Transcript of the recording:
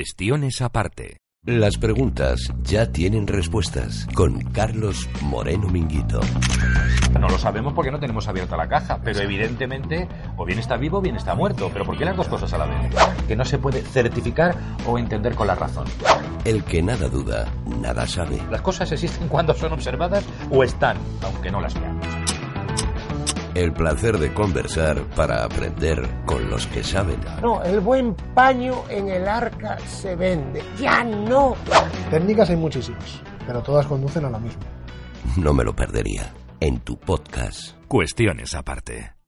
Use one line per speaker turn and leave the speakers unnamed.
Cuestiones aparte.
Las preguntas ya tienen respuestas con Carlos Moreno Minguito.
No lo sabemos porque no tenemos abierta la caja, pero evidentemente o bien está vivo o bien está muerto. Pero ¿por qué las dos cosas a la vez? Que no se puede certificar o entender con la razón.
El que nada duda, nada sabe.
Las cosas existen cuando son observadas o están, aunque no las vean.
El placer de conversar para aprender con los que saben.
No, el buen paño en el arca se vende. Ya no.
Técnicas hay muchísimas, pero todas conducen a lo mismo.
No me lo perdería. En tu podcast.
Cuestiones aparte.